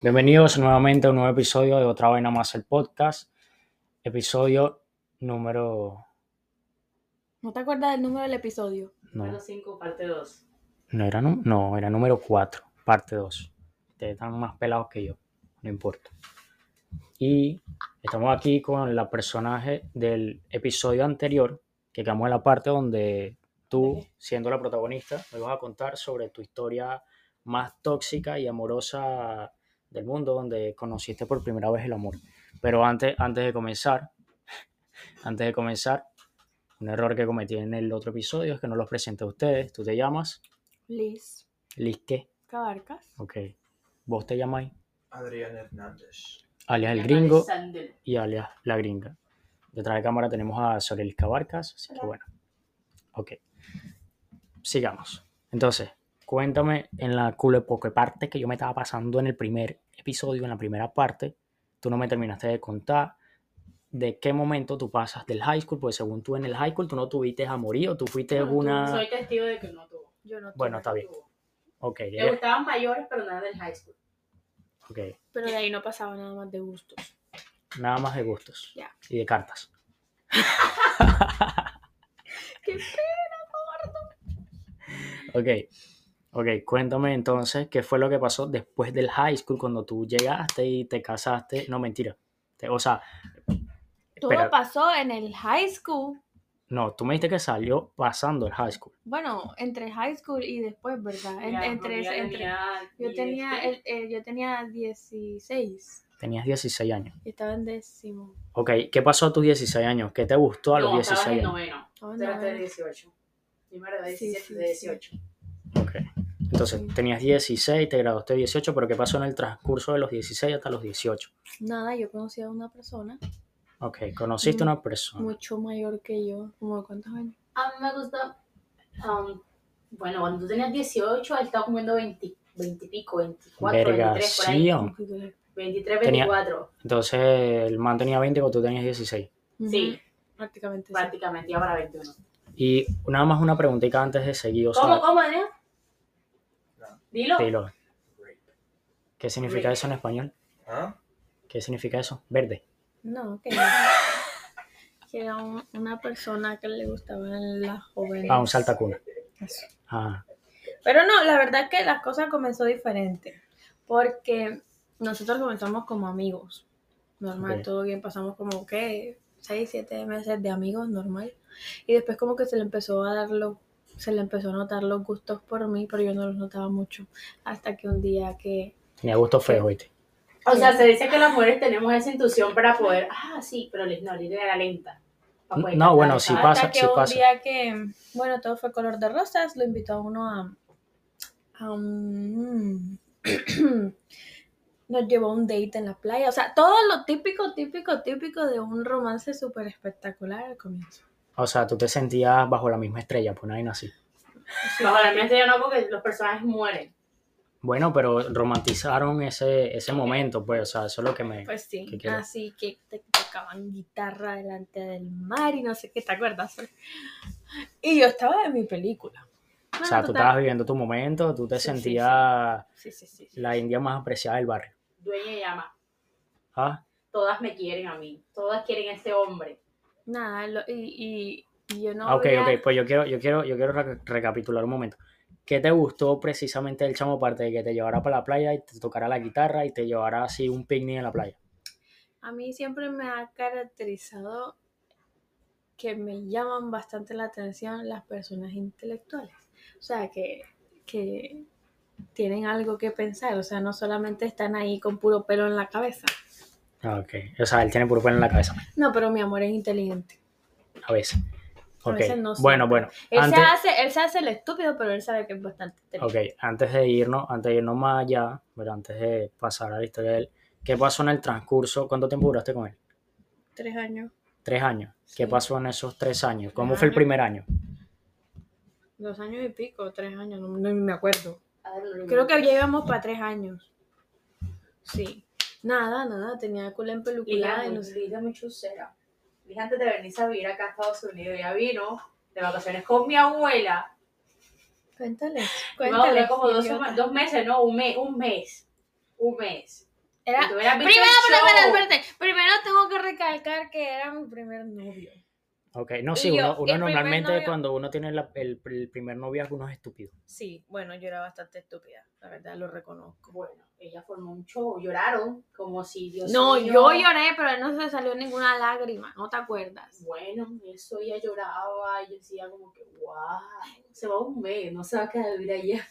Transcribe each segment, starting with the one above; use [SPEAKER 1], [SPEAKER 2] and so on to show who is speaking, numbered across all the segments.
[SPEAKER 1] Bienvenidos nuevamente a un nuevo episodio de Otra Vaina Más el Podcast. Episodio número.
[SPEAKER 2] ¿No te acuerdas del número del episodio?
[SPEAKER 1] No,
[SPEAKER 3] Número 5, parte 2.
[SPEAKER 1] no era, nu- no, era número 4, parte 2. Ustedes están más pelados que yo, no importa. Y estamos aquí con la personaje del episodio anterior, que quedamos en la parte donde tú,
[SPEAKER 2] Ok.
[SPEAKER 1] siendo la protagonista, me vas a contar sobre tu historia más tóxica y amorosa del mundo, donde conociste por primera vez el amor. Pero antes, antes de comenzar, antes de comenzar, un error que cometí en el otro episodio es que no los presenté a ustedes. Tú te llamas
[SPEAKER 2] Liz
[SPEAKER 1] Liz qué?
[SPEAKER 2] Cabarcas.
[SPEAKER 1] Ok. Vos te llamáis
[SPEAKER 4] Adrián Hernández.
[SPEAKER 1] alias el gringo y alias la gringa. Detrás de cámara tenemos a Sorelis Cabarcas, así que
[SPEAKER 2] Hola.
[SPEAKER 1] bueno. Ok. Sigamos. Entonces, cuéntame en la culo poco parte que yo me estaba pasando en el primer episodio, en la primera parte. Tú no me terminaste de contar de qué momento tú pasas del high school, porque según tú en el high school tú no tuviste amorío, tú fuiste
[SPEAKER 2] No, tú
[SPEAKER 1] una.
[SPEAKER 3] Soy testigo de que no tuvo.
[SPEAKER 2] Yo no tuve,
[SPEAKER 1] Bueno, está bien.
[SPEAKER 3] Tuvo.
[SPEAKER 1] Ok,
[SPEAKER 3] Le
[SPEAKER 1] eh,
[SPEAKER 3] gustaban mayores, pero nada del high school.
[SPEAKER 1] ok.
[SPEAKER 2] Pero de ahí no pasaba nada más de gustos.
[SPEAKER 1] Nada más de gustos
[SPEAKER 2] Ya.
[SPEAKER 1] y de cartas.
[SPEAKER 2] ¡Qué
[SPEAKER 1] Ok, ok, cuéntame entonces qué fue lo que pasó después del high school cuando tú llegaste y te casaste. No, mentira. Te- o sea,
[SPEAKER 2] Todo
[SPEAKER 1] espera,
[SPEAKER 2] pasó en el high school.
[SPEAKER 1] no, tú me dijiste que salió pasando el high school.
[SPEAKER 2] Bueno, entre high school y después, ¿verdad? En-
[SPEAKER 3] Ya,
[SPEAKER 2] entre,
[SPEAKER 3] Romina
[SPEAKER 2] entre-
[SPEAKER 3] tenía
[SPEAKER 2] yo,
[SPEAKER 3] 10,
[SPEAKER 2] tenía
[SPEAKER 3] ¿qué?
[SPEAKER 2] el, eh, yo tenía 16
[SPEAKER 1] Tenías 16 años.
[SPEAKER 2] y estaba en décimo.
[SPEAKER 1] Ok, ¿qué pasó a tus 16 años? ¿Qué te gustó a los
[SPEAKER 3] no, estabas
[SPEAKER 1] 16
[SPEAKER 3] en
[SPEAKER 1] años?
[SPEAKER 3] noveno.
[SPEAKER 2] Estaba en
[SPEAKER 3] Pero hasta
[SPEAKER 2] noveno.
[SPEAKER 3] 18. Primero de
[SPEAKER 2] Sí,
[SPEAKER 3] 17,
[SPEAKER 2] sí,
[SPEAKER 3] de 18.
[SPEAKER 1] Ok, entonces tenías 16, te graduaste 18, pero ¿qué pasó en el transcurso de los 16 hasta los 18?
[SPEAKER 2] Nada, yo conocí a una persona
[SPEAKER 1] Ok, conociste a una persona.
[SPEAKER 2] mucho mayor que yo, como de cuántos años.
[SPEAKER 3] A mí me gusta. um, bueno, cuando tú tenías 18, él estaba comiendo 20, 20 y pico, 24, 23, por ahí.
[SPEAKER 1] Vergación.
[SPEAKER 2] Ujú.
[SPEAKER 3] 23,
[SPEAKER 1] Tenía-
[SPEAKER 3] 24.
[SPEAKER 1] Entonces el man tenía 20 cuando tú tenías 16.
[SPEAKER 3] Sí,
[SPEAKER 2] Prácticamente sí.
[SPEAKER 3] prácticamente, ya para 21.
[SPEAKER 1] Y nada más una preguntita antes de seguir. O sea,
[SPEAKER 3] ¿Cómo, cómo, Adrián?
[SPEAKER 4] No.
[SPEAKER 3] Dilo.
[SPEAKER 1] Taylor,
[SPEAKER 4] Rape.
[SPEAKER 1] ¿qué significa eso en español?
[SPEAKER 4] ¿Ah?
[SPEAKER 1] ¿Qué significa eso? Verde.
[SPEAKER 2] No, que no. Que era un- una persona que le gustaban las jóvenes.
[SPEAKER 1] Ah, un saltacuna.
[SPEAKER 2] Eso.
[SPEAKER 1] Ah,
[SPEAKER 2] Pero no, la verdad es que las cosas comenzó diferente. Porque nosotros comenzamos como amigos. Normal,
[SPEAKER 1] Ok.
[SPEAKER 2] todo bien. Pasamos como que seis, siete meses de amigos, normal. Y después como que se le empezó a dar los, se le empezó a notar los gustos por mí, pero yo no los notaba mucho. Hasta que un día que
[SPEAKER 1] tenía gusto feo, ¿viste?
[SPEAKER 3] O sea, se dice que las mujeres tenemos esa intuición para poder. Ah, sí, pero les- no, le era lenta. Para poder
[SPEAKER 1] No,
[SPEAKER 3] captar
[SPEAKER 1] bueno,
[SPEAKER 3] esa-
[SPEAKER 1] sí pasa.
[SPEAKER 2] Ah, Hasta que un
[SPEAKER 1] pasa.
[SPEAKER 2] día que, bueno, todo fue color de rosas, lo invitó a uno a... a un- nos llevó a un date en la playa. O sea, todo lo típico, típico, típico de un romance súper espectacular al comienzo.
[SPEAKER 1] O sea, tú te sentías bajo la misma estrella, pues nadie así.
[SPEAKER 3] Bajo la mente yo no, porque los personajes mueren.
[SPEAKER 1] Bueno, pero romantizaron ese, ese momento, pues, o sea, eso es lo que me...
[SPEAKER 2] Pues sí,
[SPEAKER 1] ¿Qué quieres?
[SPEAKER 2] así que te tocaban guitarra delante del mar y no sé qué, ¿te acuerdas? Y yo estaba en mi película.
[SPEAKER 1] o sea, tú
[SPEAKER 2] Bueno, total.
[SPEAKER 1] estabas viviendo tu momento, tú te
[SPEAKER 2] Sí, sí,
[SPEAKER 1] sentías
[SPEAKER 2] Sí, sí, sí. sí.
[SPEAKER 1] la india más apreciada del barrio.
[SPEAKER 3] Dueña y ama.
[SPEAKER 1] Ah,
[SPEAKER 3] Todas me quieren a mí. Todas quieren a ese hombre.
[SPEAKER 2] Nada, lo- y, y- y yo no
[SPEAKER 1] Ah, ok,
[SPEAKER 2] había-
[SPEAKER 1] ok, pues yo quiero, yo quiero, yo quiero reca- recapitular un momento. ¿Qué te gustó precisamente del chamo aparte de que te llevara para la playa y te tocara la guitarra y te llevara así un picnic en la playa?
[SPEAKER 2] A mí siempre me ha caracterizado que me llaman bastante la atención las personas intelectuales. O sea, que, que tienen algo que pensar. O sea, no solamente están ahí con puro pelo en la cabeza.
[SPEAKER 1] Ah, Ok, o sea, él tiene puro pelo en la cabeza,
[SPEAKER 2] No, pero mi amor es inteligente.
[SPEAKER 1] a veces.
[SPEAKER 2] A
[SPEAKER 1] Ok,
[SPEAKER 2] veces no
[SPEAKER 1] bueno,
[SPEAKER 2] siempre.
[SPEAKER 1] bueno,
[SPEAKER 2] Él,
[SPEAKER 1] antes,
[SPEAKER 2] se hace, él se hace el estúpido, pero él sabe que es bastante inteligente.
[SPEAKER 1] ok, antes de irnos, antes de irnos más allá, pero antes de pasar a la historia de él, ¿qué pasó en el transcurso? ¿Cuánto tiempo duraste con él?
[SPEAKER 2] Tres años,
[SPEAKER 1] Tres años. ¿Qué
[SPEAKER 2] Sí.
[SPEAKER 1] pasó en esos tres años? ¿Cómo
[SPEAKER 2] Tres
[SPEAKER 1] fue el
[SPEAKER 2] años.
[SPEAKER 1] primer año?
[SPEAKER 2] dos años y pico, tres años, no, no me acuerdo.
[SPEAKER 3] Adrián,
[SPEAKER 2] Creo que ya íbamos para tres años. Sí. Nada, nada, tenía culo en
[SPEAKER 3] Lila,
[SPEAKER 2] película y no sé.
[SPEAKER 3] Lila mi chucera. Lila antes de venirse a vivir acá a Estados Unidos, ya vino de vacaciones con mi abuela.
[SPEAKER 2] Cuéntales,
[SPEAKER 3] Vamos a durar
[SPEAKER 2] cuéntales.
[SPEAKER 3] como dos,
[SPEAKER 2] idiota.
[SPEAKER 3] sema- dos meses, no, un mes, un mes. Un mes.
[SPEAKER 2] Era,
[SPEAKER 3] Si tú hubieras visto
[SPEAKER 2] Primero,
[SPEAKER 3] el show,
[SPEAKER 2] primero, espérate. Primero tengo que recalcar que era mi primer novio.
[SPEAKER 1] Ok, no, sí,
[SPEAKER 2] Y yo,
[SPEAKER 1] uno, uno
[SPEAKER 2] y el primer
[SPEAKER 1] normalmente
[SPEAKER 2] novio-
[SPEAKER 1] cuando uno tiene la- el, el primer noviazgo uno es estúpido.
[SPEAKER 2] Sí, bueno, yo era bastante estúpida, la verdad, lo reconozco.
[SPEAKER 3] Bueno, ella formó un show, lloraron como si Dios
[SPEAKER 2] No,
[SPEAKER 3] mío.
[SPEAKER 2] yo lloré, pero no se salió ninguna lágrima, ¿no te acuerdas?
[SPEAKER 3] Bueno, eso ella lloraba y yo decía como que, wow, se va un mes, no se va a quedar a vivir allá.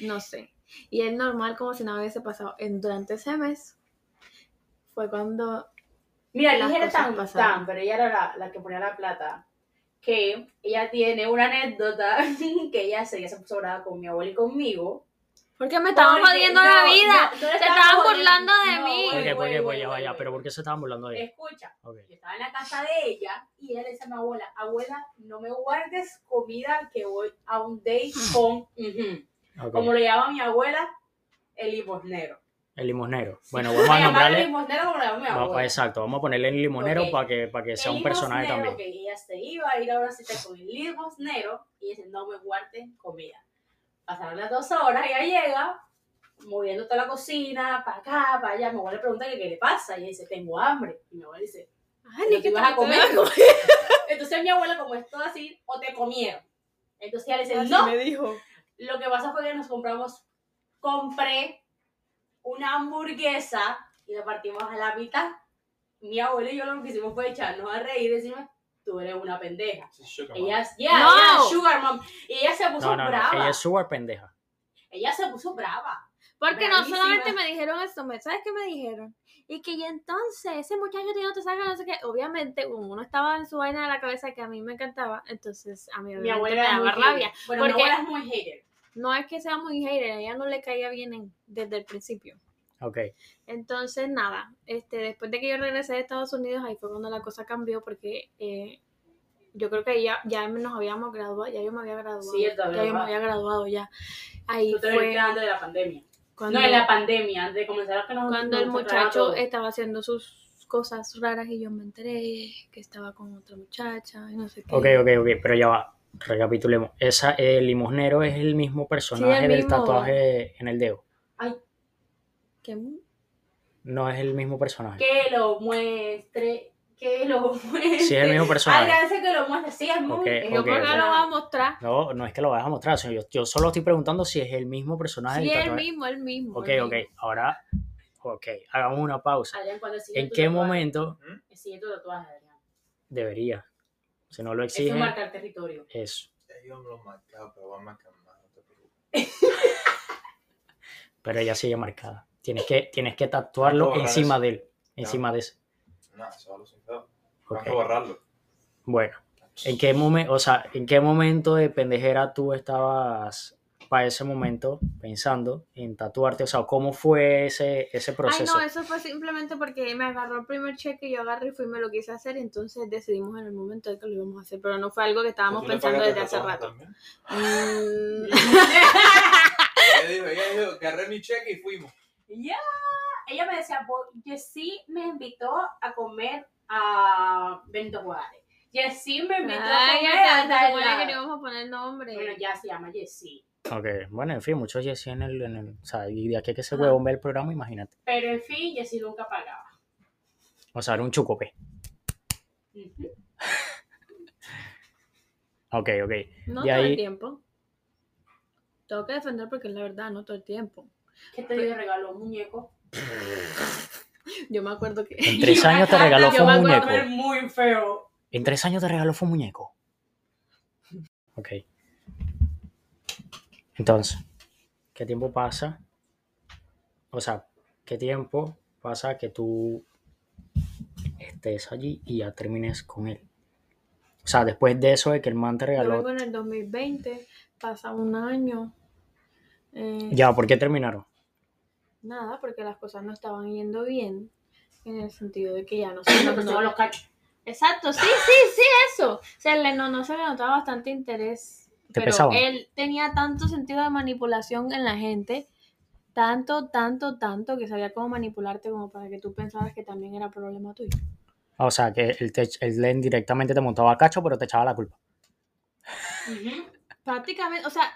[SPEAKER 2] No sé. Y es normal como si nada hubiese pasado. En- durante ese mes fue cuando...
[SPEAKER 3] Mira,
[SPEAKER 2] Las
[SPEAKER 3] ella era
[SPEAKER 2] cosas
[SPEAKER 3] tan,
[SPEAKER 2] pasaron.
[SPEAKER 3] tan, pero ella era la, la que ponía la plata. Que ella tiene una anécdota que ella se, ella se puso brava con mi abuela y conmigo.
[SPEAKER 2] Porque me estaban
[SPEAKER 3] Porque-
[SPEAKER 2] jodiendo
[SPEAKER 3] no,
[SPEAKER 2] la
[SPEAKER 3] no,
[SPEAKER 2] vida.
[SPEAKER 3] no le
[SPEAKER 2] Se
[SPEAKER 3] estaban
[SPEAKER 2] estaban
[SPEAKER 3] jodiendo-
[SPEAKER 2] burlando de
[SPEAKER 3] no,
[SPEAKER 2] mí.
[SPEAKER 1] ¿Por
[SPEAKER 3] güey,
[SPEAKER 1] qué? ¿Por qué?
[SPEAKER 3] güey,
[SPEAKER 1] Pues ya
[SPEAKER 3] güey,
[SPEAKER 1] vaya,
[SPEAKER 3] güey.
[SPEAKER 1] pero ¿por qué se estaban burlando de ella?
[SPEAKER 3] Escucha,
[SPEAKER 1] Ok.
[SPEAKER 3] yo estaba en la casa de ella y ella le dice a mi abuela, abuela, no me guardes comida que voy a un date con, ujú".
[SPEAKER 2] Eh,
[SPEAKER 1] ok.
[SPEAKER 3] como lo llamaba mi abuela, el limosnero.
[SPEAKER 1] El limonero. Bueno,
[SPEAKER 3] Me
[SPEAKER 1] vamos a
[SPEAKER 3] llamaba
[SPEAKER 1] nombrarle.
[SPEAKER 3] el limosnero como lo llamaba mi
[SPEAKER 1] Vamos-
[SPEAKER 3] abuela.
[SPEAKER 1] exacto, vamos a ponerle el limonero
[SPEAKER 3] Ok.
[SPEAKER 1] para que, para que sea
[SPEAKER 3] El
[SPEAKER 1] un personaje
[SPEAKER 3] limosnero,
[SPEAKER 1] también.
[SPEAKER 3] Que ella se iba a ir a una cita con el limosnero y dice, no me guarden comida. Pasaron las dos horas, ella llega, moviendo toda la cocina, para acá, para allá. Mi abuela le pregunta que qué le pasa y ella dice, tengo hambre. Y mi abuela dice,
[SPEAKER 2] Ay,
[SPEAKER 3] ¿no te
[SPEAKER 2] que
[SPEAKER 3] ibas a
[SPEAKER 2] tanto-
[SPEAKER 3] comer? Entonces mi abuela, como es todo así, o te comieron. Entonces ella le dice,
[SPEAKER 2] Así
[SPEAKER 3] no,
[SPEAKER 2] Ah, me dijo.
[SPEAKER 3] lo que pasa fue que nos compramos, compré una hamburguesa y la partimos a la mitad. Mi abuelo y yo lo que hicimos fue echarnos a reír y decirme, tú eres una pendeja.
[SPEAKER 4] It's a sugar mom.
[SPEAKER 3] Ella, ya,
[SPEAKER 2] No.
[SPEAKER 3] ella es sugar mom. Y ella se puso
[SPEAKER 1] No, no, no,
[SPEAKER 3] brava.
[SPEAKER 1] ella
[SPEAKER 3] Ella,
[SPEAKER 1] es súper pendeja.
[SPEAKER 3] se puso brava.
[SPEAKER 2] Porque no
[SPEAKER 3] Bravísima.
[SPEAKER 2] solamente me dijeron esto, ¿me- ¿sabes qué me dijeron? Y que y entonces ese muchacho tiene te saca, no sé qué. Obviamente, como uno estaba en su vaina de la cabeza que a mí me encantaba, entonces a mí
[SPEAKER 3] Mi
[SPEAKER 2] obviamente
[SPEAKER 3] abuela era
[SPEAKER 2] me
[SPEAKER 3] muy
[SPEAKER 2] daba rabia.
[SPEAKER 3] rabia. Bueno, mi
[SPEAKER 2] Porque-
[SPEAKER 3] abuela es muy hater.
[SPEAKER 2] No es que sea muy hater, a ella no le caía bien en- desde el principio.
[SPEAKER 1] Ok.
[SPEAKER 2] Entonces, nada, este, después de que yo regresé de Estados Unidos, ahí fue cuando la cosa cambió porque eh, yo creo que ahí ya, ya nos habíamos graduado, ya yo me había graduado.
[SPEAKER 3] Sí, ya te había
[SPEAKER 2] ya yo me
[SPEAKER 3] graduado.
[SPEAKER 2] había graduado ya. Ahí
[SPEAKER 3] Tú te lo
[SPEAKER 2] fue
[SPEAKER 3] antes de la pandemia.
[SPEAKER 2] cuando,
[SPEAKER 3] No, en la pandemia, antes de comenzar a que nos
[SPEAKER 2] cuando el
[SPEAKER 3] nos encerraron a
[SPEAKER 2] muchacho
[SPEAKER 3] todos.
[SPEAKER 2] estaba haciendo sus cosas raras y yo me enteré que estaba con otra muchacha y no sé qué.
[SPEAKER 1] Ok, ok, ok, pero ya va. Recapitulemos. Esa, el limosnero es el mismo personaje del
[SPEAKER 2] mismo.
[SPEAKER 1] tatuaje en el dedo.
[SPEAKER 2] Que-
[SPEAKER 1] No es el mismo personaje.
[SPEAKER 3] que lo muestre, que lo muestre.
[SPEAKER 1] Sí, es el mismo personaje.
[SPEAKER 3] Agradece que lo muestre, sí, es muy.
[SPEAKER 1] Ok,
[SPEAKER 3] es
[SPEAKER 2] Yo
[SPEAKER 1] ok,
[SPEAKER 2] creo
[SPEAKER 1] ok.
[SPEAKER 2] que lo va a mostrar.
[SPEAKER 1] No, no es que lo vayas a mostrar. sino Yo, yo solo estoy preguntando si es el mismo personaje
[SPEAKER 2] Sí,
[SPEAKER 1] del
[SPEAKER 2] el
[SPEAKER 1] tatuaje.
[SPEAKER 2] mismo, el mismo.
[SPEAKER 1] Ok,
[SPEAKER 2] el
[SPEAKER 1] ok.
[SPEAKER 2] mismo.
[SPEAKER 1] Ahora, ok, hagamos una pausa.
[SPEAKER 3] Adrián, cuando sigue
[SPEAKER 1] ¿En
[SPEAKER 3] tu
[SPEAKER 1] qué
[SPEAKER 3] tatuaje,
[SPEAKER 1] momento
[SPEAKER 3] Sigue tu tatuaje, Adrián.
[SPEAKER 1] debería? Si no lo
[SPEAKER 3] Eso es
[SPEAKER 1] exigen,
[SPEAKER 3] marcar territorio.
[SPEAKER 1] eso.
[SPEAKER 4] Ya yo me lo marcaba, pero voy a marcar más, no te preocupes.
[SPEAKER 1] Pero ella sigue marcada. Tienes que, tienes que tatuarlo
[SPEAKER 4] borrar
[SPEAKER 1] encima
[SPEAKER 4] eso.
[SPEAKER 1] de él. Encima de ese.
[SPEAKER 4] Nah, solo sin pedo. Tengo
[SPEAKER 1] Ok.
[SPEAKER 4] que borrarlo.
[SPEAKER 1] Bueno. ¿En qué momento, o sea, en qué momento de pendejera tú estabas para ese momento pensando en tatuarte? O sea, ¿cómo fue ese, ese proceso?
[SPEAKER 2] Ay, no, eso fue simplemente porque me agarró el primer cheque, yo agarré y fui y me lo quise hacer, y entonces decidimos en el momento de que lo íbamos a hacer, pero no fue algo que estábamos
[SPEAKER 4] ¿Tú le
[SPEAKER 2] pensando
[SPEAKER 4] pagaste
[SPEAKER 2] desde hace
[SPEAKER 4] tatuaje
[SPEAKER 2] rato.
[SPEAKER 4] también?
[SPEAKER 2] Mm,
[SPEAKER 4] Ella dijo, ella dijo, agarré mi cheque y fuimos.
[SPEAKER 3] Ya. Ella me decía, "Bo- Jessy me invitó a comer a Benito Juárez. Jessy me invitó
[SPEAKER 2] Ay,
[SPEAKER 3] a comer
[SPEAKER 2] ya se
[SPEAKER 3] a
[SPEAKER 2] se
[SPEAKER 3] tal
[SPEAKER 2] supone que no
[SPEAKER 3] lado".
[SPEAKER 2] íbamos a poner
[SPEAKER 3] Bueno,
[SPEAKER 2] nombre.
[SPEAKER 3] ya se llama Jessy.
[SPEAKER 1] Ok, bueno, en fin, muchos Jessy en el, en el- O sea, y de aquí a que ese
[SPEAKER 2] Ajá.
[SPEAKER 1] huevón ve el programa, imagínate.
[SPEAKER 3] Pero en fin, Jessy nunca pagaba.
[SPEAKER 1] O sea, era un chucope.
[SPEAKER 3] Ujú.
[SPEAKER 1] Ok, ok.
[SPEAKER 2] No
[SPEAKER 1] y
[SPEAKER 2] todo
[SPEAKER 1] ahí-
[SPEAKER 2] el tiempo. Tengo que defender porque es la verdad, no todo el tiempo.
[SPEAKER 3] ¿Qué te dio de regalo? ¿Un muñeco?
[SPEAKER 2] Yo me acuerdo que...
[SPEAKER 1] En tres
[SPEAKER 3] Y una
[SPEAKER 1] años te
[SPEAKER 3] carta,
[SPEAKER 1] regaló
[SPEAKER 3] yo
[SPEAKER 1] fue
[SPEAKER 3] me
[SPEAKER 1] un
[SPEAKER 3] acuerdo
[SPEAKER 1] muñeco.
[SPEAKER 3] ver muy feo.
[SPEAKER 1] En tres años te regaló fue un muñeco. Ok. Entonces, ¿qué tiempo pasa? O sea, ¿qué tiempo pasa que tú estés allí y ya termines con él? O sea, después de eso de que el man te
[SPEAKER 2] Yo
[SPEAKER 1] regaló.
[SPEAKER 2] vengo en el 2020, pasa un año. eh,
[SPEAKER 1] Ya, ¿por qué terminaron?
[SPEAKER 2] Nada, porque las cosas no estaban yendo bien, en el sentido de que ya no
[SPEAKER 3] No,
[SPEAKER 2] se...
[SPEAKER 3] pues,
[SPEAKER 2] no-
[SPEAKER 3] los cachos.
[SPEAKER 2] Exacto, sí, sí, sí, eso. Se le, no, no se le notaba bastante interés.
[SPEAKER 1] Te
[SPEAKER 2] pero
[SPEAKER 1] pesaba.
[SPEAKER 2] él tenía tanto sentido de manipulación en la gente, tanto, tanto, tanto, que sabía cómo manipularte como para que tú pensaras que también era problema tuyo.
[SPEAKER 1] O sea, que él, te, él le- directamente te montaba a cacho, pero te echaba la culpa.
[SPEAKER 3] Ujú.
[SPEAKER 2] Prácticamente, o sea,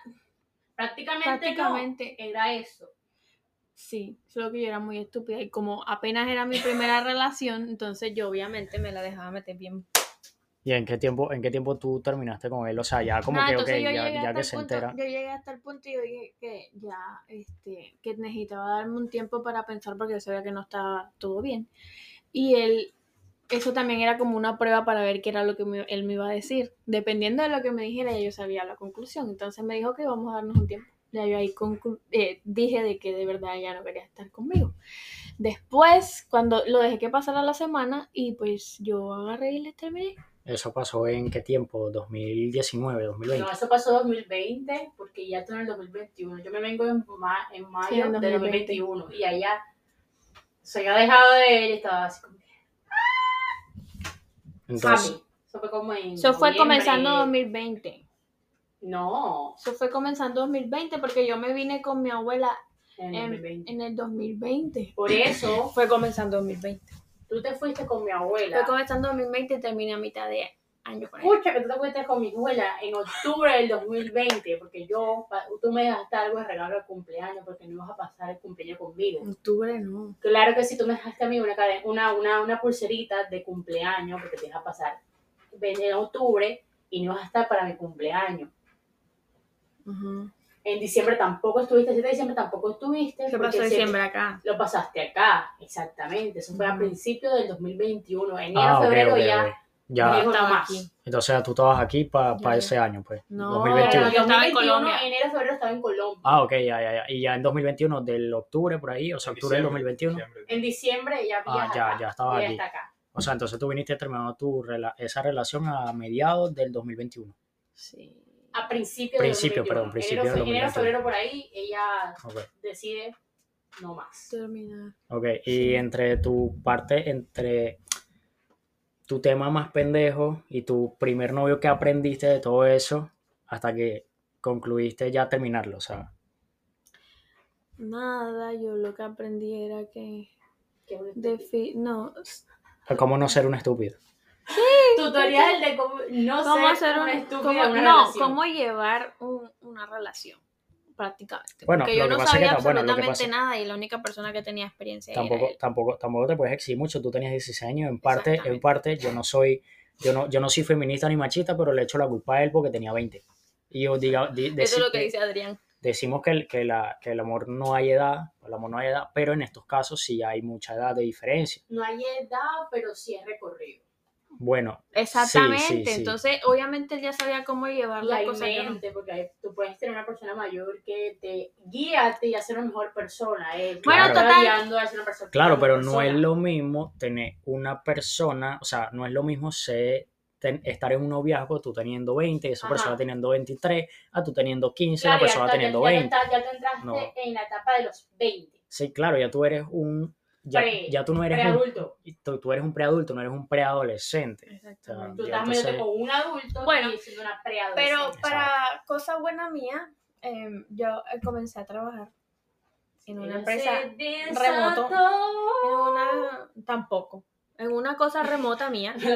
[SPEAKER 3] Prácticamente, no,
[SPEAKER 2] prácticamente.
[SPEAKER 3] era eso.
[SPEAKER 2] Sí, solo que yo era muy estúpida y como apenas era mi primera relación, entonces yo obviamente me la dejaba meter bien.
[SPEAKER 1] ¿Y en qué tiempo, en qué tiempo tú terminaste con él? O sea, ya como
[SPEAKER 2] Nada,
[SPEAKER 1] que, ok,
[SPEAKER 2] Ah, entonces yo
[SPEAKER 1] ya,
[SPEAKER 2] llegué
[SPEAKER 1] ya
[SPEAKER 2] hasta
[SPEAKER 1] que
[SPEAKER 2] el
[SPEAKER 1] se
[SPEAKER 2] punto,
[SPEAKER 1] entera.
[SPEAKER 2] Yo llegué hasta el punto y yo dije que ya, este, que necesitaba darme un tiempo para pensar porque yo sabía que no estaba todo bien. Y él, eso también era como una prueba para ver qué era lo que me- él me iba a decir. Dependiendo de lo que me dijera, ya yo sabía la conclusión. Entonces me dijo que vamos a darnos un tiempo. Ya yo ahí conclu- eh, dije de que de verdad ya no quería estar conmigo. Después, cuando lo dejé que pasara la semana y pues yo agarré y le terminé.
[SPEAKER 1] Eso pasó en qué tiempo, 2019, 2020.
[SPEAKER 3] No, eso pasó en 2020, porque ya tú en el 2021. Yo me vengo en, ma- en mayo
[SPEAKER 2] Sí, en
[SPEAKER 3] de
[SPEAKER 2] 2020.
[SPEAKER 3] 2021. Y allá, o sea, yo dejado de él y estaba así como,
[SPEAKER 1] Entonces,
[SPEAKER 3] Sammy. Eso fue como en.
[SPEAKER 2] Eso fue
[SPEAKER 3] noviembre.
[SPEAKER 2] comenzando 2020.
[SPEAKER 3] No,
[SPEAKER 2] Eso fue comenzando 2020 porque yo me vine con mi abuela
[SPEAKER 3] en el
[SPEAKER 2] en,
[SPEAKER 3] 2020.
[SPEAKER 2] en el 2020.
[SPEAKER 3] Por eso,
[SPEAKER 2] Fue comenzando 2020.
[SPEAKER 3] tú te fuiste con mi
[SPEAKER 2] Fue
[SPEAKER 3] abuela.
[SPEAKER 2] comenzando 2020 y terminé a mitad de año por ahí.
[SPEAKER 3] Escucha, que tú te fuiste con mi abuela en octubre del 2020, porque yo, pa- tú me dejaste algo de regalo de cumpleaños, porque no ibas a pasar el cumpleaños conmigo.
[SPEAKER 2] Octubre no.
[SPEAKER 3] Claro que si tú me dejaste a mí una, cadena- una, una, una pulserita de cumpleaños, porque te deja pasar ven en octubre y no vas a estar para mi cumpleaños. En diciembre tampoco estuviste, el 7 de diciembre tampoco estuviste.
[SPEAKER 2] ¿Qué
[SPEAKER 3] porque
[SPEAKER 2] pasó
[SPEAKER 3] se-
[SPEAKER 2] diciembre Mm. acá?
[SPEAKER 3] Lo pasaste acá, exactamente. Eso fue a
[SPEAKER 2] Ujú.
[SPEAKER 3] principios del 2021. Enero,
[SPEAKER 1] ah, ok,
[SPEAKER 3] febrero
[SPEAKER 1] ok,
[SPEAKER 3] ya.
[SPEAKER 1] ok. Ya,
[SPEAKER 3] Digo,
[SPEAKER 2] Estaba
[SPEAKER 3] más.
[SPEAKER 2] aquí.
[SPEAKER 1] entonces tú estabas aquí para
[SPEAKER 2] Ya, ya.
[SPEAKER 1] ese año, pues.
[SPEAKER 2] No,
[SPEAKER 3] Pero
[SPEAKER 1] 2021.
[SPEAKER 2] yo estaba en
[SPEAKER 3] 2021,
[SPEAKER 2] Colombia.
[SPEAKER 3] Enero, febrero estaba en Colombia.
[SPEAKER 1] Ah, ok, ya, ya, ya. Y ya en 2021, del octubre por ahí, o sea, octubre del 2021.
[SPEAKER 3] En diciembre ya
[SPEAKER 1] Ah,
[SPEAKER 3] viajas
[SPEAKER 1] ya,
[SPEAKER 3] acá,
[SPEAKER 1] ya estaba
[SPEAKER 3] ya
[SPEAKER 1] aquí.
[SPEAKER 3] está acá.
[SPEAKER 1] O sea, entonces tú viniste terminando tu rela- esa relación a mediados del 2021.
[SPEAKER 2] Sí.
[SPEAKER 3] A principios
[SPEAKER 1] Principio,
[SPEAKER 3] del 2021.
[SPEAKER 1] perdón, principio
[SPEAKER 3] enero,
[SPEAKER 1] del
[SPEAKER 3] fe- enero,
[SPEAKER 1] 2021.
[SPEAKER 3] febrero por ahí, ella
[SPEAKER 1] Ok.
[SPEAKER 3] decide no más.
[SPEAKER 2] Terminar.
[SPEAKER 1] Ok, y entre tu parte, entre tu tema más pendejo y tu primer novio que aprendiste de todo eso, hasta que concluiste ya terminarlo, o sea,
[SPEAKER 2] Nada, yo lo que aprendí era que...
[SPEAKER 3] Qué bonito.
[SPEAKER 2] defi- no,
[SPEAKER 1] cómo no ser un estúpido.
[SPEAKER 3] Tutorial de cómo no
[SPEAKER 2] ¿Cómo
[SPEAKER 3] ser,
[SPEAKER 2] hacer un,
[SPEAKER 3] una estúpida
[SPEAKER 2] cómo-
[SPEAKER 3] en una
[SPEAKER 2] no,
[SPEAKER 3] relación.
[SPEAKER 2] cómo llevar un- una relación prácticamente.
[SPEAKER 1] Bueno,
[SPEAKER 2] Porque yo
[SPEAKER 1] lo que
[SPEAKER 2] no
[SPEAKER 1] pasa es que
[SPEAKER 2] sabía
[SPEAKER 1] ta- bueno, lo que
[SPEAKER 2] absolutamente
[SPEAKER 1] pasa-
[SPEAKER 2] nada y la única persona que tenía experiencia
[SPEAKER 1] tampoco,
[SPEAKER 2] era él.
[SPEAKER 1] tampoco, tampoco te puedes exigir mucho. Tú tenías 16 años, en parte, en
[SPEAKER 2] Exactamente.
[SPEAKER 1] parte, yo no soy, yo no, yo no soy feminista ni machista, pero le echo la culpa a él porque tenía 20. Y yo diga, di-
[SPEAKER 2] Eso es
[SPEAKER 1] deci-
[SPEAKER 2] lo que dice Adrián.
[SPEAKER 1] decimos que el, que, la, que el amor no hay edad, el amor no hay edad, pero en estos casos sí hay mucha edad de diferencia.
[SPEAKER 3] No hay edad, pero sí es recorrido.
[SPEAKER 1] Bueno,
[SPEAKER 2] Exactamente.
[SPEAKER 1] sí.
[SPEAKER 2] Entonces, obviamente él ya sabía cómo llevar
[SPEAKER 3] Y
[SPEAKER 2] las
[SPEAKER 3] hay
[SPEAKER 2] cosas. yo no.
[SPEAKER 3] mente, porque hay- tú puedes tener una persona mayor que te guía y hacer una mejor persona. Él
[SPEAKER 1] Bueno,
[SPEAKER 3] te va
[SPEAKER 2] total.
[SPEAKER 3] guiando a ser una persona.
[SPEAKER 1] claro,
[SPEAKER 3] una
[SPEAKER 1] pero no
[SPEAKER 3] persona.
[SPEAKER 1] es lo mismo tener una persona, o sea, no es lo mismo ser, ten- estar en un noviazgo tú teniendo 20, esa
[SPEAKER 3] Ajá.
[SPEAKER 1] persona teniendo 23, a tú teniendo 15,
[SPEAKER 3] Claro,
[SPEAKER 1] la persona
[SPEAKER 3] ya, está-
[SPEAKER 1] teniendo
[SPEAKER 3] ya,
[SPEAKER 1] 20.
[SPEAKER 3] Ya, está- ya te entraste
[SPEAKER 1] No.
[SPEAKER 3] en la etapa de los 20.
[SPEAKER 1] Sí, claro, ya tú eres un. Ya,
[SPEAKER 3] Pre-
[SPEAKER 1] ya tú no eres un.
[SPEAKER 3] Preadulto.
[SPEAKER 1] Tú, tú eres un preadulto, no eres un preadolescente.
[SPEAKER 2] Exactamente.
[SPEAKER 3] Tú
[SPEAKER 1] Ya,
[SPEAKER 3] estás
[SPEAKER 1] entonces-
[SPEAKER 3] metiéndote con un adulto
[SPEAKER 2] Bueno,
[SPEAKER 3] y siendo una preadolescente.
[SPEAKER 2] Pero para cosa buena mía, eh, yo eh, comencé a trabajar en una empresa, en remoto. una, tampoco, en una cosa remota mía, en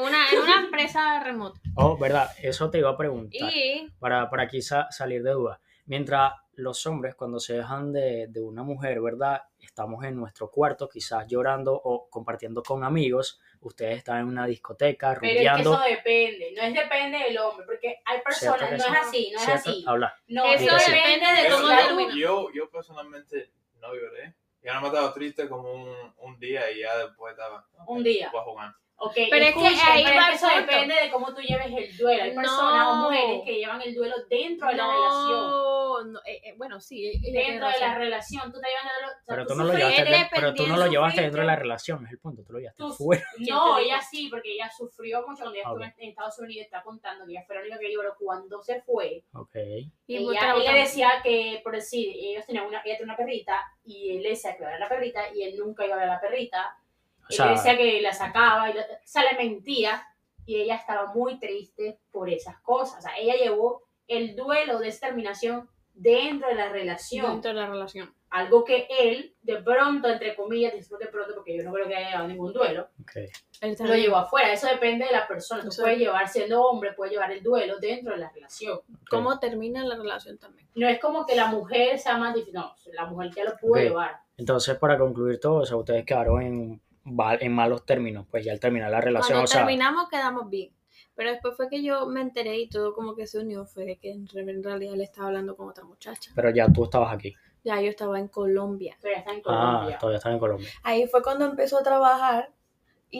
[SPEAKER 2] una, en una empresa remota.
[SPEAKER 1] Oh, verdad, eso te iba a preguntar.
[SPEAKER 2] Y
[SPEAKER 1] Para, para quizá salir de duda. Mientras los hombres, cuando se dejan de, de una mujer, ¿verdad? Estamos en nuestro cuarto, quizás llorando o compartiendo con amigos. Ustedes están en una discoteca,
[SPEAKER 3] Pero es que eso
[SPEAKER 1] rumbeando.
[SPEAKER 3] depende, no es depende del hombre, porque hay personas,
[SPEAKER 1] ¿Cierto que
[SPEAKER 3] no es
[SPEAKER 1] sí?
[SPEAKER 3] así, no es
[SPEAKER 1] ¿Cierto?
[SPEAKER 3] así.
[SPEAKER 1] Habla.
[SPEAKER 3] No,
[SPEAKER 2] Eso
[SPEAKER 1] Entonces-
[SPEAKER 2] depende de
[SPEAKER 3] Eso
[SPEAKER 2] cómo
[SPEAKER 3] ya-
[SPEAKER 2] termina.
[SPEAKER 4] yo, yo, yo personalmente no lloré. Yo no me estaba triste como un, un día y ya después estaba.
[SPEAKER 3] Un día.
[SPEAKER 4] Voy a jugar.
[SPEAKER 3] Ok,
[SPEAKER 2] Pero es que
[SPEAKER 3] escucha,
[SPEAKER 2] ahí
[SPEAKER 3] pero es
[SPEAKER 2] va
[SPEAKER 3] que
[SPEAKER 2] el
[SPEAKER 3] eso
[SPEAKER 2] punto.
[SPEAKER 3] depende de cómo tú lleves el duelo. Hay
[SPEAKER 2] No.
[SPEAKER 3] personas o mujeres que llevan el duelo dentro de la relación.
[SPEAKER 2] no, eh, eh, bueno, sí, eh, ella tiene
[SPEAKER 3] Dentro de la
[SPEAKER 2] razón.
[SPEAKER 3] relación, tú te llevas el duelo. o sea,
[SPEAKER 1] Pero tú no lo
[SPEAKER 3] sufriste,
[SPEAKER 1] llevaste,
[SPEAKER 2] eres
[SPEAKER 1] de- pero tú no lo
[SPEAKER 2] pendiente,
[SPEAKER 1] llevaste dentro de la
[SPEAKER 3] sufriste.
[SPEAKER 1] relación, es el punto. Tú lo llevaste
[SPEAKER 3] Tú-
[SPEAKER 1] fuera.
[SPEAKER 3] No,
[SPEAKER 2] te digo?
[SPEAKER 3] ella sí, porque ella sufrió mucho cuando ella
[SPEAKER 1] Ah,
[SPEAKER 3] estuvo en- en Estados Unidos. Está contando que ella fue la única que lloró cuando se fue.
[SPEAKER 1] Ok.
[SPEAKER 2] Y
[SPEAKER 3] ella,
[SPEAKER 2] vos
[SPEAKER 3] él
[SPEAKER 2] trabajando.
[SPEAKER 3] le decía que, por decir, ellos tenían una, ella tenía una perrita y él le decía que iba a ver a la perrita y él nunca iba a ver a la perrita.
[SPEAKER 1] O
[SPEAKER 3] Él
[SPEAKER 1] sea,
[SPEAKER 3] le decía que la sacaba, y la- o sea, le mentía y ella estaba muy triste por esas cosas. O sea, ella llevó el duelo de esa terminación dentro de la relación.
[SPEAKER 2] dentro de la relación.
[SPEAKER 3] Algo que él, de pronto, entre comillas, digo de pronto porque yo no creo que haya llevado ningún duelo,
[SPEAKER 1] Ok.
[SPEAKER 2] Él
[SPEAKER 3] lo
[SPEAKER 2] también-
[SPEAKER 3] llevó afuera. Eso depende de la persona. Tú
[SPEAKER 2] Eso-
[SPEAKER 3] puedes llevar, siendo hombre, puedes llevar el duelo dentro de la relación.
[SPEAKER 2] ¿Cómo termina la relación también?
[SPEAKER 3] No es como que la mujer sea más difícil. No, la mujer ya lo pudo
[SPEAKER 1] Ok.
[SPEAKER 3] llevar.
[SPEAKER 1] Entonces, para concluir todo, o sea, ustedes quedaron en, val- en malos términos, pues ya al terminar la relación,
[SPEAKER 2] Cuando
[SPEAKER 1] o sea,
[SPEAKER 2] terminamos quedamos bien. Pero después fue que yo me enteré y todo como que se unió. Fue de que en re- en realidad él estaba hablando con otra muchacha.
[SPEAKER 1] pero ya tú estabas aquí.
[SPEAKER 2] Ya yo estaba en Colombia.
[SPEAKER 3] Pero ya está en
[SPEAKER 1] Ah,
[SPEAKER 3] Colombia.
[SPEAKER 1] todavía estás en Colombia.
[SPEAKER 2] Ahí fue cuando empezó a trabajar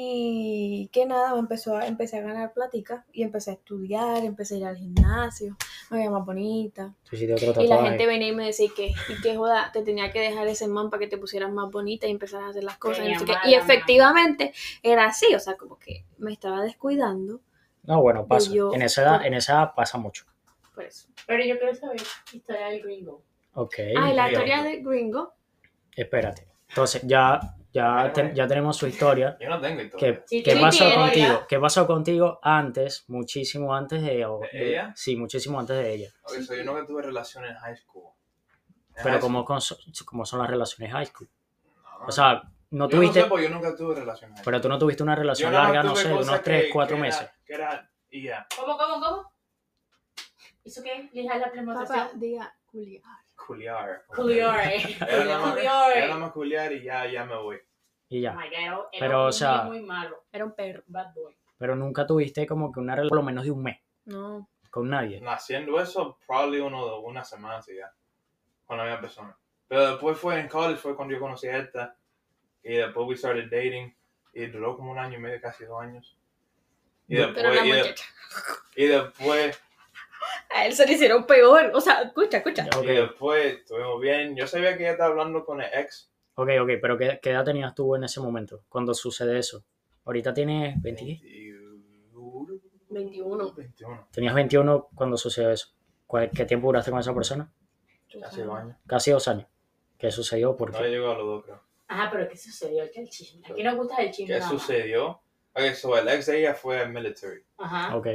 [SPEAKER 2] y que nada, empezó a, empecé a ganar plática y empecé a estudiar, empecé a ir al gimnasio, me veía más bonita.
[SPEAKER 1] Tú hiciste otro
[SPEAKER 2] Y la
[SPEAKER 1] tatuaje.
[SPEAKER 2] gente venía y me decía que, y que joda, te tenía que dejar ese man para que te pusieras más bonita y empezaras a hacer las cosas. Y, no sé qué.
[SPEAKER 3] llamaba
[SPEAKER 2] Y
[SPEAKER 3] la man.
[SPEAKER 2] efectivamente era así, o sea, como que me estaba descuidando
[SPEAKER 1] No, bueno, pasa.
[SPEAKER 2] yo-
[SPEAKER 1] En esa edad, en esa edad pasa mucho.
[SPEAKER 2] por eso.
[SPEAKER 3] Pero yo quiero saber historia del gringo.
[SPEAKER 1] Ok.
[SPEAKER 2] Ah, y la
[SPEAKER 4] Gringo.
[SPEAKER 2] historia de Gringo,
[SPEAKER 1] Espérate. Entonces, ya, ya, te- ya tenemos su historia.
[SPEAKER 4] Yo no tengo
[SPEAKER 1] ¿Qué,
[SPEAKER 4] historia.
[SPEAKER 3] Sí,
[SPEAKER 1] qué
[SPEAKER 3] sí,
[SPEAKER 1] pasó
[SPEAKER 3] tiene.
[SPEAKER 1] contigo? ¿Qué pasó contigo antes, muchísimo antes de, o-
[SPEAKER 4] ¿De ella?
[SPEAKER 1] Sí, muchísimo antes de ella.
[SPEAKER 4] Ok, so yo nunca tuve relaciones en high school. En
[SPEAKER 1] Pero
[SPEAKER 4] high
[SPEAKER 1] ¿cómo, cons- cómo son las relaciones high school?
[SPEAKER 4] school,
[SPEAKER 1] O sea, no
[SPEAKER 4] Ah. yo no
[SPEAKER 1] tuviste,
[SPEAKER 4] sé, porque yo nunca tuve relaciones high school.
[SPEAKER 1] pero tú no tuviste una relación
[SPEAKER 4] Yo nada más
[SPEAKER 1] larga, no
[SPEAKER 4] tuve
[SPEAKER 1] sé, de
[SPEAKER 4] cosas
[SPEAKER 1] unos 3,
[SPEAKER 4] que-
[SPEAKER 1] 4
[SPEAKER 4] que era-
[SPEAKER 1] meses.
[SPEAKER 4] que era- y ya.
[SPEAKER 3] ¿Cómo, cómo, cómo? ¿Eso qué? ¿Lija la
[SPEAKER 2] papá,
[SPEAKER 3] premonstración?
[SPEAKER 2] diga Julia.
[SPEAKER 4] Culiar.
[SPEAKER 3] Culiore.
[SPEAKER 4] Era nada más-
[SPEAKER 3] Culiore.
[SPEAKER 4] era nada más culiar y ya, ya me voy.
[SPEAKER 1] Y
[SPEAKER 3] Oh
[SPEAKER 1] ya.
[SPEAKER 3] my God, era un
[SPEAKER 1] Pero, o
[SPEAKER 3] hombre
[SPEAKER 1] sea-
[SPEAKER 3] muy malo.
[SPEAKER 2] Era un perro,
[SPEAKER 3] Bad boy.
[SPEAKER 1] Pero nunca tuviste como que una relación por lo menos de un mes
[SPEAKER 2] no.
[SPEAKER 1] con nadie.
[SPEAKER 4] Haciendo eso, probably uno de una semana sí, ya. Con la misma persona. Pero después fue en college, fue cuando yo conocí a esta. Y después we started dating. Y duró como un año y medio, casi dos años. Y después,
[SPEAKER 2] Pero la
[SPEAKER 4] y de-
[SPEAKER 2] muchacha,
[SPEAKER 4] y después
[SPEAKER 2] a él se le hicieron peor. O sea, escucha, escucha.
[SPEAKER 1] Ok,
[SPEAKER 4] Y después estuvimos bien. Yo sabía que ella estaba hablando con el ex.
[SPEAKER 1] ok, ok, pero ¿qué, qué edad tenías tú en ese momento cuando sucede eso? Ahorita tienes 20, ¿qué?
[SPEAKER 2] 21.
[SPEAKER 4] 21.
[SPEAKER 1] tenías 21 cuando sucedió eso. ¿Cuál- ¿Qué tiempo duraste con esa persona?
[SPEAKER 4] Hace dos años.
[SPEAKER 1] Casi dos años. ¿Qué sucedió? ¿Por
[SPEAKER 4] No
[SPEAKER 1] qué?
[SPEAKER 4] llegó a los dos, creo.
[SPEAKER 3] Ajá, pero ¿qué sucedió? ¿Qué el chisme? Aquí nos gusta el chisme.
[SPEAKER 4] ¿Qué
[SPEAKER 3] nada más.
[SPEAKER 4] sucedió? Ok, so el ex de ella fue al military.
[SPEAKER 3] Ajá.
[SPEAKER 1] Ok,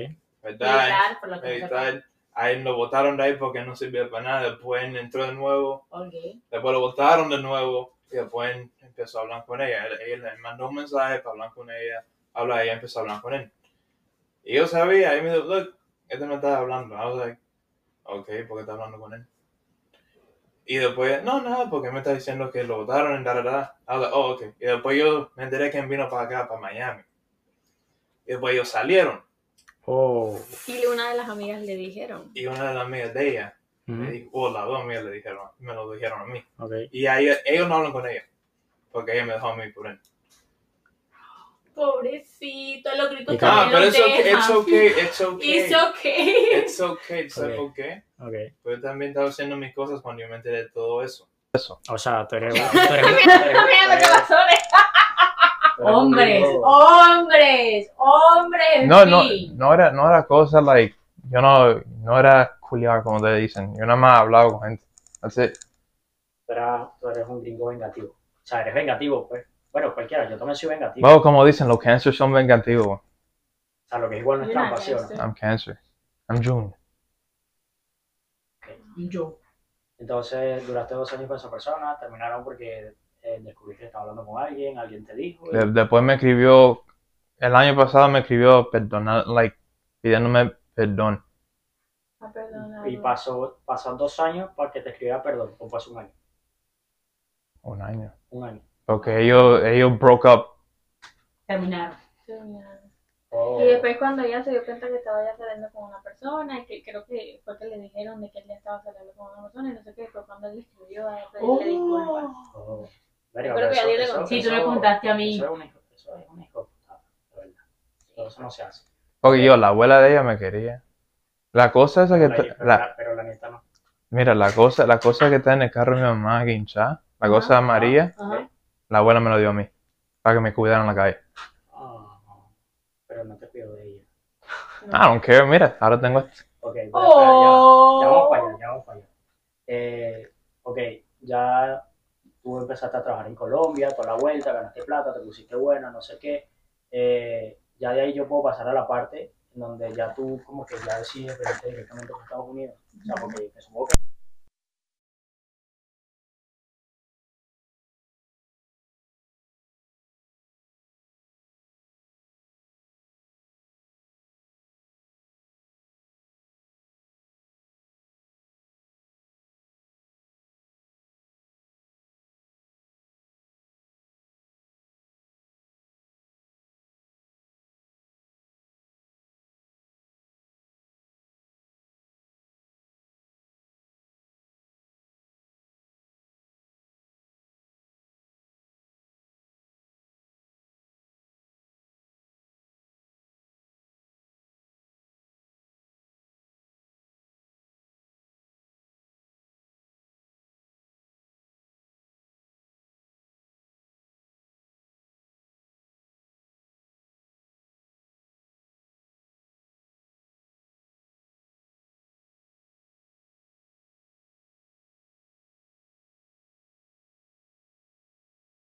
[SPEAKER 4] ¿Verdad?
[SPEAKER 3] Militar, por lo que no se puede.
[SPEAKER 4] Militar. Ahí lo votaron de ahí porque no sirvió para nada. Después él entró de nuevo.
[SPEAKER 3] Ok.
[SPEAKER 4] Después lo votaron de nuevo. Y después él empezó a hablar con ella. Él, él le mandó un mensaje para hablar con ella. Habla, ella empezó a hablar con él. Y yo sabía, y me dijo, look, este me está hablando. I was like, ok, ¿por qué está hablando con él? Y después, no, nada, porque me está diciendo que lo votaron en da, da, da. I was like, oh, ok. Y después yo me enteré que él vino para acá, para Miami. Y después ellos salieron.
[SPEAKER 1] Oh.
[SPEAKER 2] Y una de las amigas le dijeron.
[SPEAKER 4] Y una de las amigas de ella,
[SPEAKER 1] ujú,
[SPEAKER 4] le dijo, o las dos amigas le dijeron, me lo dijeron a mí.
[SPEAKER 1] Ok.
[SPEAKER 4] Y ahí ellos no hablan con ella. Porque ella me dejó a mí por él.
[SPEAKER 3] Pobrecito, lo gritó
[SPEAKER 1] Y
[SPEAKER 3] que
[SPEAKER 4] Ah,
[SPEAKER 1] También
[SPEAKER 3] no
[SPEAKER 4] pero it's
[SPEAKER 3] deja.
[SPEAKER 4] okay, it's okay, it's okay.
[SPEAKER 3] It's okay.
[SPEAKER 4] It's okay, ¿sabes
[SPEAKER 1] Ok.
[SPEAKER 4] por qué?
[SPEAKER 1] Ok.
[SPEAKER 4] Porque yo también estaba haciendo mis cosas cuando yo me enteré de todo eso. Eh,
[SPEAKER 1] O sea, tú eres. tú eres- tú eres-
[SPEAKER 3] Mira lo que pasó.
[SPEAKER 1] tú eres un gringo.
[SPEAKER 3] hombres, hombres.
[SPEAKER 4] No, no,
[SPEAKER 3] sí.
[SPEAKER 4] no era, no era cosa like, yo no, no era culiar como te dicen. Yo nada más hablaba con gente. That's it.
[SPEAKER 1] Tú eras- tú eres un gringo vengativo. O sea, eres vengativo, pues. Bueno, cualquiera, yo también soy vengativo.
[SPEAKER 4] Bueno, como dicen, los cancers son vengativos.
[SPEAKER 1] O sea, lo que es igual no es
[SPEAKER 3] Mira,
[SPEAKER 1] trampa, ¿sí o no?
[SPEAKER 3] este.
[SPEAKER 4] I'm cancer. I'm June.
[SPEAKER 3] Yo.
[SPEAKER 1] Entonces, duraste dos años con esa persona, terminaron porque eh, descubriste que estaba hablando con alguien, alguien te dijo. y-
[SPEAKER 4] De- después me escribió, el año pasado me escribió perdonar, like, pidiéndome perdón.
[SPEAKER 1] Y pasó, pasan dos años para que te escribiera perdón, o pasó un año.
[SPEAKER 4] Un año.
[SPEAKER 1] Un año.
[SPEAKER 4] Porque ellos, ellos broke up
[SPEAKER 3] Terminaron.
[SPEAKER 1] Oh,
[SPEAKER 5] Y después cuando ella se dio cuenta que estaba ya saliendo con una persona, y que creo que fue que le dijeron de que él ya estaba saliendo con una persona y no sé qué, fue cuando él le escribió a pedirle disculpas.
[SPEAKER 1] oh. Verga,
[SPEAKER 5] Yo creo que
[SPEAKER 1] eso-
[SPEAKER 5] a Dios le
[SPEAKER 1] eso-
[SPEAKER 5] conté.
[SPEAKER 3] Sí, tú
[SPEAKER 1] eso-
[SPEAKER 3] me contaste a mí.
[SPEAKER 1] Eso es un hijo, eso es un hijo de puta, de verdad. Todo eso no se hace.
[SPEAKER 4] Porque yo, la abuela de ella me quería. La cosa esa que...
[SPEAKER 1] Pero
[SPEAKER 4] está-
[SPEAKER 1] la-
[SPEAKER 4] la-
[SPEAKER 1] pero la neta no.
[SPEAKER 4] mira, la cosa, la cosa que está en el carro de mi mamá guinchada, la cosa amarilla,
[SPEAKER 3] Ajá.
[SPEAKER 4] la abuela me lo dio a mí. Para que me cuidaran en la calle.
[SPEAKER 1] Ah, pero no te cuido de ella.
[SPEAKER 4] Ah, don't care, mira, ahora tengo esto.
[SPEAKER 1] Ok, pero espera, ya va. Ya vamos para
[SPEAKER 3] Oh.
[SPEAKER 1] allá, ya vamos para allá. Eh, ok, ya tú empezaste a trabajar en Colombia, toda la vuelta, ganaste plata, te pusiste buena, no sé qué. Eh, ya de ahí yo puedo pasar a la parte en donde ya tú como que ya decides venirte directamente a Estados Unidos. O sea, porque te supongo que